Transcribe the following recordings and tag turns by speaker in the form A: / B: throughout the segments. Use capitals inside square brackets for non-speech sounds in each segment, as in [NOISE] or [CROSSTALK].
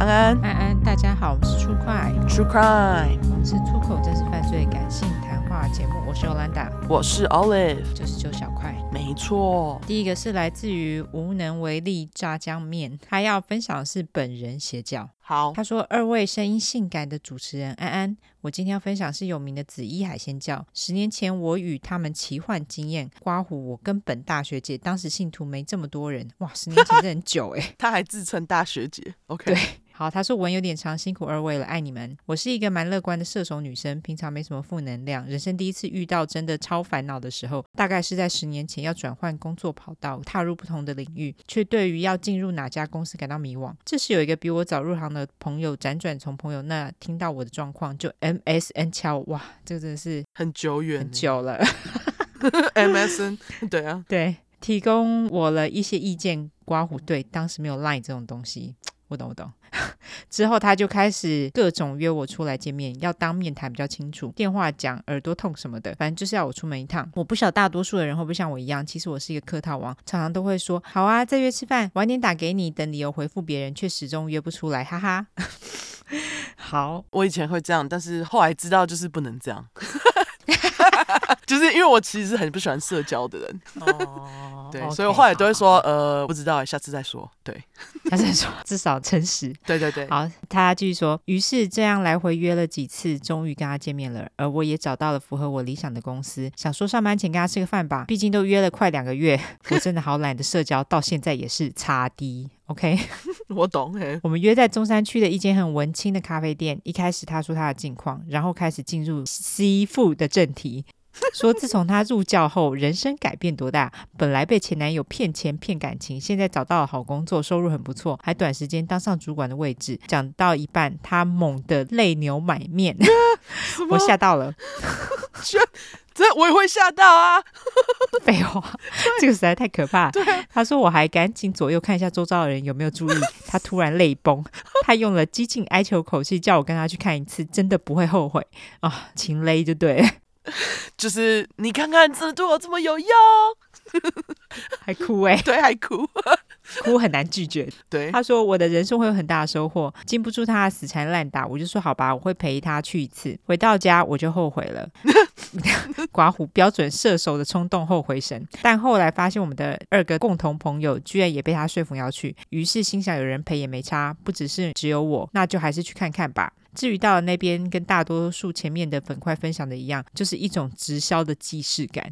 A: 安
B: 安安，大家好，我们是出快，
A: ，True Crime，
B: 我们是出口真实犯罪感性谈话节目，我是 Olanda，
A: 我是 Olive，
B: 就是九小块。
A: 没错，
B: 第一个是来自于无能为力炸酱面，他要分享的是本人邪教。
A: 好，
B: 他说：“二位声音性感的主持人安安，我今天要分享是有名的紫衣海鲜教。十年前我与他们奇幻经验，刮胡我跟本大学姐，当时信徒没这么多人，哇，十年前真的很久哎、
A: 他还自称大学姐，OK，
B: 对好，他说文有点长，辛苦二位了，爱你们。我是一个蛮乐观的射手女生，平常没什么负能量。人生第一次遇到真的超烦恼的时候，大概是在十年前要转换工作跑道，踏入不同的领域，却对于要进入哪家公司感到迷惘。这时有一个比我早入行的朋友，辗转从朋友那听到我的状况，就 MSN 敲，哇，这个真的是
A: 很久远
B: 很久了。
A: ，MSN，对 [LAUGHS] 啊，
B: 对，提供我了一些意见。刮胡对，当时没有 Line 这种东西，我懂我懂。 [LAUGHS] 之后他就开始各种约我出来见面，要当面谈比较清楚，电话讲耳朵痛什么的，反正就是要我出门一趟。我不晓得大多数的人会不会像我一样，其实我是一个客套王，常常都会说好啊，再约吃饭，晚点打给你，等理由回复别人，却始终约不出来，哈哈。 [LAUGHS] 好，
A: 我以前会这样，但是后来知道就是不能这样。 [LAUGHS] 就是因为我其实是很不喜欢社交的人，
B: 哦
A: 对所以我后来都会说，呃，不知道，下次再说。对，
B: [LAUGHS] 他是说至少诚实。
A: 对对 [LAUGHS] 对，
B: 好，他继续说，于是这样来回约了几次，终于跟他见面了，而我也找到了符合我理想的公司，想说上班前跟他吃个饭吧，毕竟都约了快两个月，我真的好懒得社交，到现在也是差低。OK，
A: 我懂，欸嘿，
B: 我们约在中山区的一间很文青的咖啡店。一开始他说他的近况，然后开始进入吸附的正题，说自从他入教后，人生改变多大。本来被前男友骗钱骗感情，现在找到了好工作，收入很不错，还短时间当上主管的位置。讲到一半，他猛地泪流满
A: [LAUGHS]
B: 面，
A: 什么
B: 我？吓到了。
A: 这我也会吓到啊！
B: 废话，这个实在太可怕了。他说我还赶紧左右看一下周遭的人有没有注意。他突然泪崩，他用了激进哀求口气叫我跟他去看一次，真的不会后悔啊！情勒就对了，
A: 就是你看看，真的对我这么有用，
B: 还哭哎、
A: 对，还哭，
B: 哭很难拒绝。
A: 对，
B: 他说我的人生会有很大的收获，禁不住他的死缠烂打，我就说好吧，我会陪他去一次。回到家我就后悔了， [LAUGHS] 寡虎标准射手的冲动后悔神。但后来发现我们的二个共同朋友居然也被他说服要去，于是心想有人陪也没差，不只是只有我，那就还是去看看吧。至于到了那边，跟大多数前面的粉块分享的一样，就是一种直销的既视感。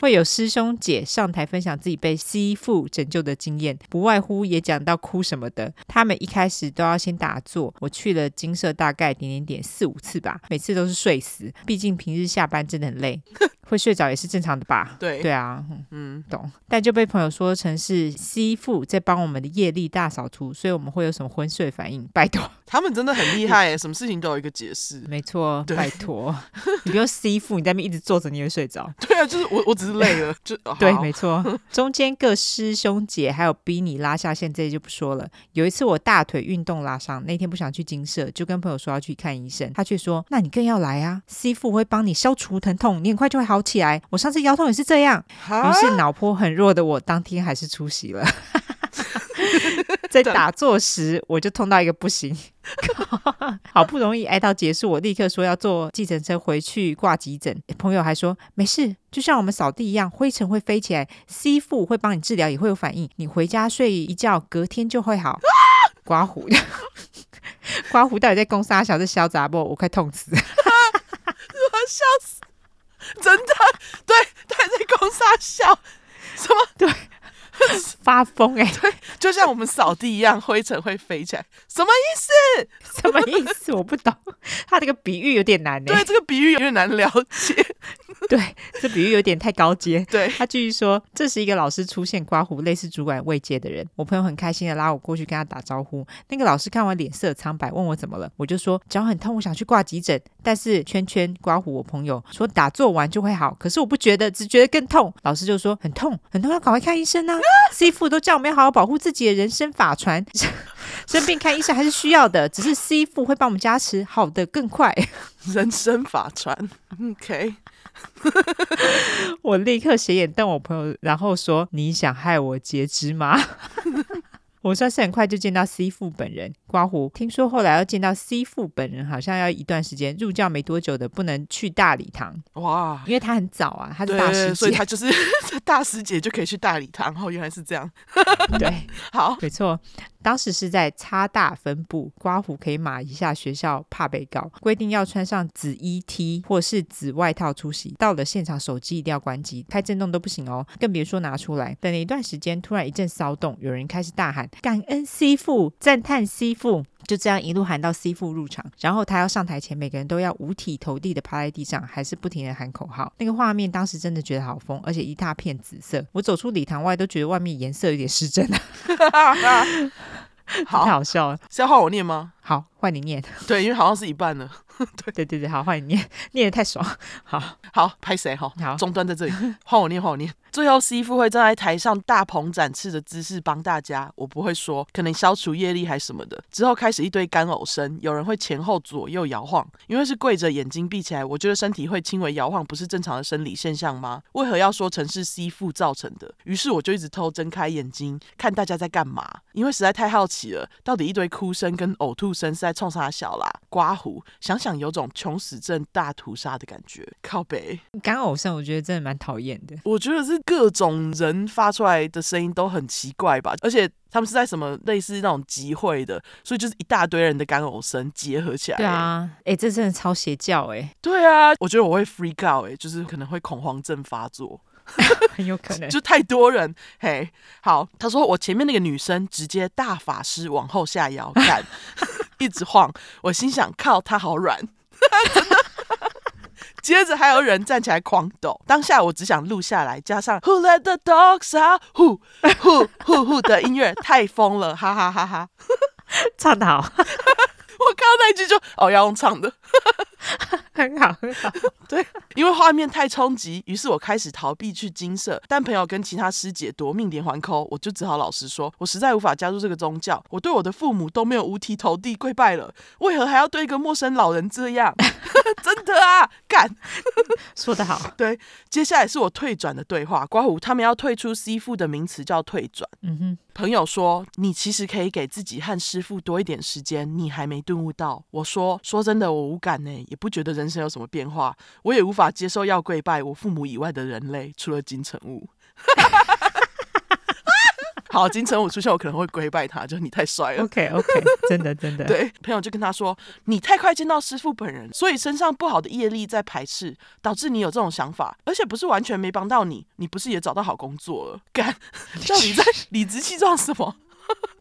B: 会有师兄姐上台分享自己被吸附拯救的经验，不外乎也讲到哭什么的。他们一开始都要先打坐，我去了金色大概点点点四五次吧，每次都是睡死，毕竟平日下班真的很累， [LAUGHS] 会睡着也是正常的吧？
A: 对
B: 对啊，嗯
A: 嗯，
B: 懂，但就被朋友说成是吸附在帮我们的业力大扫除，所以我们会有什么昏睡反应？拜托， [LAUGHS]
A: 他们真的很厉害耶，什么事情都有一个解释。 [LAUGHS]
B: 没错，
A: 对
B: 拜托， [LAUGHS] 你不用吸附，你在那边一直坐着，你会睡着。
A: 对啊，就是我，我只是累
B: [LAUGHS]
A: 了，就哦
B: 对，
A: 好
B: 没错。中间各师兄姐还有逼你拉下线，这些就不说了。有一次我大腿运动拉伤，那天不想去金社，就跟朋友说要去看医生，他却说：“那你更要来啊，C 父会帮你消除疼痛，你很快就会好起来。”我上次腰痛也是这样。
A: 哈
B: 于是脑波很弱的我，当天还是出席了。 [LAUGHS] 在打坐时，我就痛到一个不行， [LAUGHS] 好不容易挨到结束，我立刻说要坐计程车回去挂急诊。朋友还说没事，就像我们扫地一样，灰尘会飞起来吸附会帮你治疗，也会有反应。你回家睡一觉，隔天就会好。 [GASPS] 刮胡， [LAUGHS] 刮胡到底在攻杀小这小杂不？我快痛死！
A: 真的， [LAUGHS] 对，他还在公傻笑，什么
B: [LAUGHS] 发疯哎、欸，
A: 就像我们扫地一样，灰尘会飞起来，什么意思？
B: 什么意思？我不懂，他这个比喻有点难哎、
A: 对，这个比喻有点难了解。
B: 对，这比喻有点太高阶。
A: 对，
B: 他继续说，这是一个老师出现刮胡，类似主管未接的人。我朋友很开心的拉我过去跟他打招呼。那个老师看完脸色苍白，问我怎么了，我就说脚很痛，我想去挂急诊。但是圈圈刮胡，我朋友说打坐完就会好，可是我不觉得，只觉得更痛。老师就说很痛，很痛，要赶快看医生啊！C 父都叫我们要好好保护自己的人生法传， [LAUGHS] 生病看医生还是需要的，只是 C 父会帮我们加持，好的更快。
A: 人生法传，OK，
B: 我立刻斜眼瞪我朋友，然后说：“你想害我截肢吗？” [LAUGHS] 我算是很快就见到师父本人。刮胡听说后来要见到师父本人，好像要一段时间。入教没多久的，不能去大礼堂，
A: 哇，
B: 因为他很早啊，他是
A: 对
B: 大师
A: 所以
B: 姐。
A: 他就是 [LAUGHS] 大师姐就可以去大礼堂，哦，原来是这样，
B: [LAUGHS] 对，
A: 好， [LAUGHS]
B: 没错，当时是在差大分部，刮胡可以码一下学校，怕被告。规定要穿上紫衣 T 或是紫外套出席。到了现场，手机一定要关机，开震动都不行哦，更别说拿出来。等了一段时间，突然一阵骚动，有人开始大喊：“感恩师父，赞叹师父！”就这样一路喊到师父入场，然后他要上台前，每个人都要五体投地的趴在地上，还是不停的喊口号。那个画面当时真的觉得好疯，而且一大片紫色。我走出礼堂外，都觉得外面颜色有点失真了。太
A: 好，
B: 好笑了。
A: 是要换我念吗？
B: 好，换你念。
A: 对，因为好像是一半了。
B: [LAUGHS] 对对对，好，换你念，念的太爽。好，
A: 好，拍谁哈？
B: [LAUGHS] 好
A: 终端在这里， [LAUGHS] 换我念，换我念。最后，师傅会站在台上大鹏展翅的姿势帮大家，我不会说，可能消除业力还什么的。之后开始一堆干呕声，有人会前后左右摇晃，因为是跪着，眼睛闭起来，我觉得身体会轻微摇晃，不是正常的生理现象吗？为何要说成是吸附造成的？于是我就一直偷睁开眼睛看大家在干嘛，因为实在太好奇了，到底一堆哭声跟呕吐声是在冲啥小啦？刮胡，想想有种穷死症大屠杀的感觉，靠北。
B: 干呕声我觉得真的蛮讨厌的。
A: 我觉得是各种人发出来的声音都很奇怪吧，而且他们是在什么类似那种集会的，所以就是一大堆人的干呕声结合起来。
B: 对，啊，哎、这真的超邪教哎、 [LAUGHS]
A: 对啊，我觉得我会 freak out 哎、就是可能会恐慌症发作。
B: 很有可能。
A: 就太多人。嘿，好，他说我前面那个女生直接大法师往后下摇杆，一直晃，我心想靠，她好软。 [LAUGHS] 接着还有人站起来狂抖，当下我只想录下来，加上 Who let the dogs out？呼呼呼呼的音乐太疯了，哈哈哈哈！
B: 唱的好，
A: 我看到那一句就哦要用唱的，
B: [LAUGHS] 很好，很 [LAUGHS] 好。
A: 因为画面太冲击，于是我开始逃避去金色，但朋友跟其他师姐夺命连环抠，我就只好老实说，我实在无法加入这个宗教，我对我的父母都没有五体投地跪拜了，为何还要对一个陌生老人这样？ [LAUGHS] 真的啊，干！
B: 说的 [LAUGHS] 好，
A: 对，接下来是我退转的对话，刮胡他们要退出 C 父的名词叫退转。
B: 嗯哼，
A: 朋友说：“你其实可以给自己和师傅多一点时间，你还没顿悟到。”我说：“说真的，我无感呢，也不觉得人生有什么变化，我也无法接受要跪拜我父母以外的人类，除了金城武。”好，金城武出现，我可能会跪拜他，就是你太帅了。
B: ，OK [LAUGHS] OK，真的真的，
A: 对，朋友就跟他说：“你太快见到师傅本人，所以身上不好的业力在排斥，导致你有这种想法，而且不是完全没帮到你，你不是也找到好工作了？干， [LAUGHS] 到底在理直气壮什么？”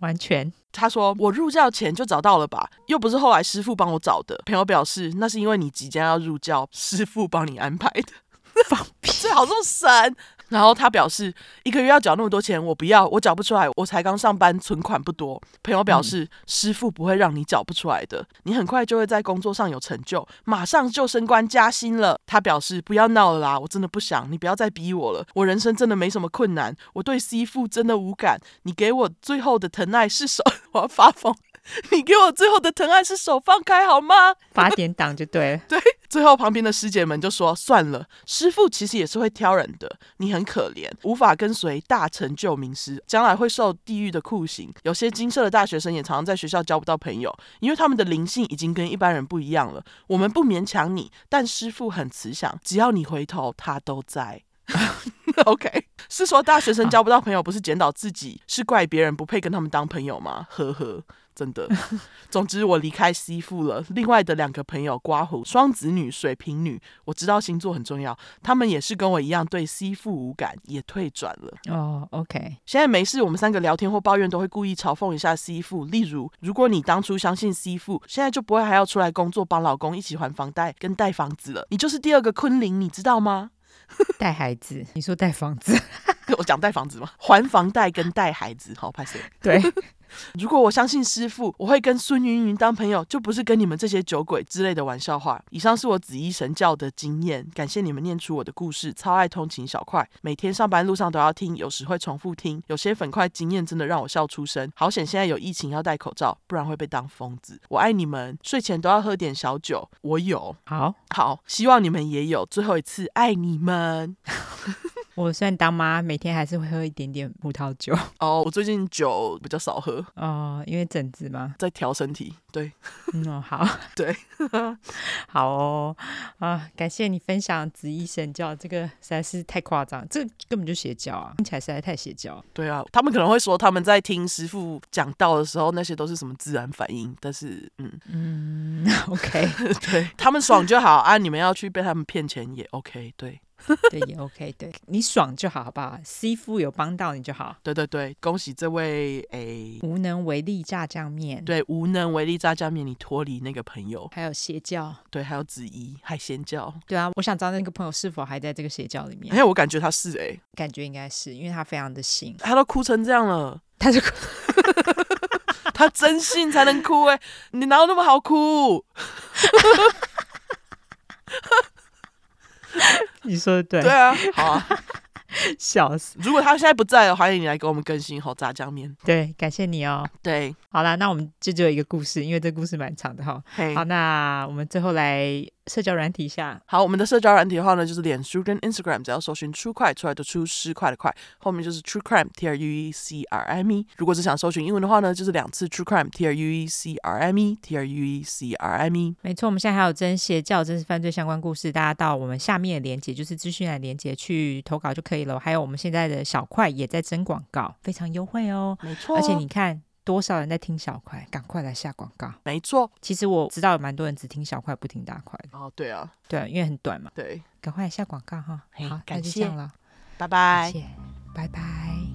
B: 完全
A: 他说：“我入教前就找到了吧，又不是后来师傅帮我找的。”朋友表示：“那是因为你即将要入教，师傅帮你安排的。
B: [LAUGHS] 放屁”。 [LAUGHS]
A: 最好这么神。然后他表示：“一个月要缴那么多钱，我不要，我缴不出来，我才刚上班，存款不多。”朋友表示：“师傅不会让你缴不出来的，你很快就会在工作上有成就，马上就升官加薪了。”他表示：“不要闹了啦，我真的不想，你不要再逼我了，我人生真的没什么困难，我对师傅真的无感，你给我最后的疼爱是手，我要发疯。” [LAUGHS] 你给我最后的疼爱是手放开好 [LAUGHS] 吗？
B: 八点档就对了，
A: 对，最后旁边的师姐们就说：“算了，师傅其实也是会挑人的，你很可怜，无法跟随大成就名师，将来会受地狱的酷刑。有些金色的大学生也常常在学校交不到朋友，因为他们的灵性已经跟一般人不一样了。我们不勉强你，但师傅很慈祥，只要你回头，他都在。” OK，是说大学生交不到朋友，不是检讨自己，是怪别人不配跟他们当朋友吗？呵呵，真的。总之，我离开西父了。另外的两个朋友，刮胡双子女、水瓶女，我知道星座很重要，他们也是跟我一样对西父无感，也退转了。
B: 哦，OK，
A: 现在没事，我们三个聊天或抱怨都会故意嘲讽一下 C 父。例如，如果你当初相信 C 父，现在就不会还要出来工作帮老公一起还房贷跟贷房子了。你就是第二个昆凌，你知道吗？ [LAUGHS]
B: 带孩子，你说带房子， [LAUGHS]
A: 我讲贷房子吗？还房贷跟带孩子，好，拍谁？
B: [LAUGHS] 对，
A: 如果我相信师傅，我会跟孙云云当朋友，就不是跟你们这些酒鬼之类的玩笑话。以上是我紫衣神教的经验，感谢你们念出我的故事，超爱通勤小块，每天上班路上都要听，有时会重复听，有些粉块经验真的让我笑出声。好险现在有疫情要戴口罩，不然会被当疯子。我爱你们，睡前都要喝点小酒，我有。
B: 好，
A: 好，希望你们也有最后一次爱你们。
B: 我虽然当妈，每天还是会喝一点点葡萄酒
A: 哦，我最近酒比较少喝，
B: 哦，因为疹子嘛。
A: 在调身体。对，
B: 嗯，哦好， [LAUGHS]
A: 对，
B: 好哦，啊，感谢你分享紫衣神教，这个实在是太夸张，这根本就邪教啊，听起来实在太邪教。
A: 对啊，他们可能会说他们在听师傅讲道的时候，那些都是什么自然反应，但是嗯，
B: 嗯 [LAUGHS] ，OK，
A: 对他们爽就好啊，你们要去被他们骗钱也 OK，对。
B: 对，也 OK，对你爽就好，好不好？师傅有帮到你就好，
A: 对对对，恭喜这位诶，
B: 无能为力炸酱面，，
A: 对无能为力炸酱面，你脱离那个朋友，
B: 还有邪教，
A: 对，还有子怡海鲜教，
B: 对啊，我想知道那个朋友是否还在这个邪教里面， [LAUGHS]
A: 哎，我感觉他是诶，
B: 感觉应该是，因为他非常的信，
A: 他都哭成这样了，
B: [LAUGHS] 他就
A: 他真信才能哭诶，你哪有那么好哭？
B: [LAUGHS] 你说的对
A: 对啊，好啊，
B: 笑死，
A: 如果他现在不在了，欢迎你来给我们更新好炸酱面。
B: 对，感谢你哦。
A: 对，
B: 好啦，那我们这就有一个故事，因为这故事蛮长的哈。
A: 嘿
B: 好，，那我们最后来社交软体一下，
A: 好，我们的社交软体的话呢，就是脸书跟 Instagram，只要搜寻 True 快出来就出失快的快，后面就是 True Crime T R U E C R I M E。如果是想搜寻英文的话呢，就是两次 True Crime T R U E C R I M E T R U E C R I M E。
B: 没错，我们现在还有真邪教、真实犯罪相关故事，大家到我们下面的链接，就是资讯栏链接去投稿就可以了。还有我们现在的小块也在征广告，非常优惠哦。
A: 没错，
B: 而且你看多少人在听小块，赶快来下广告。
A: 没错
B: 其实我知道有蛮多人只听小块不听大块的，
A: 哦，对啊，
B: 对，因为很短嘛，
A: 对，
B: 赶快来下广告哈。
A: 嘿
B: 好，那
A: 感
B: 就
A: 谢
B: 这样了，
A: 拜
B: 感
A: 拜。
B: 谢，拜拜。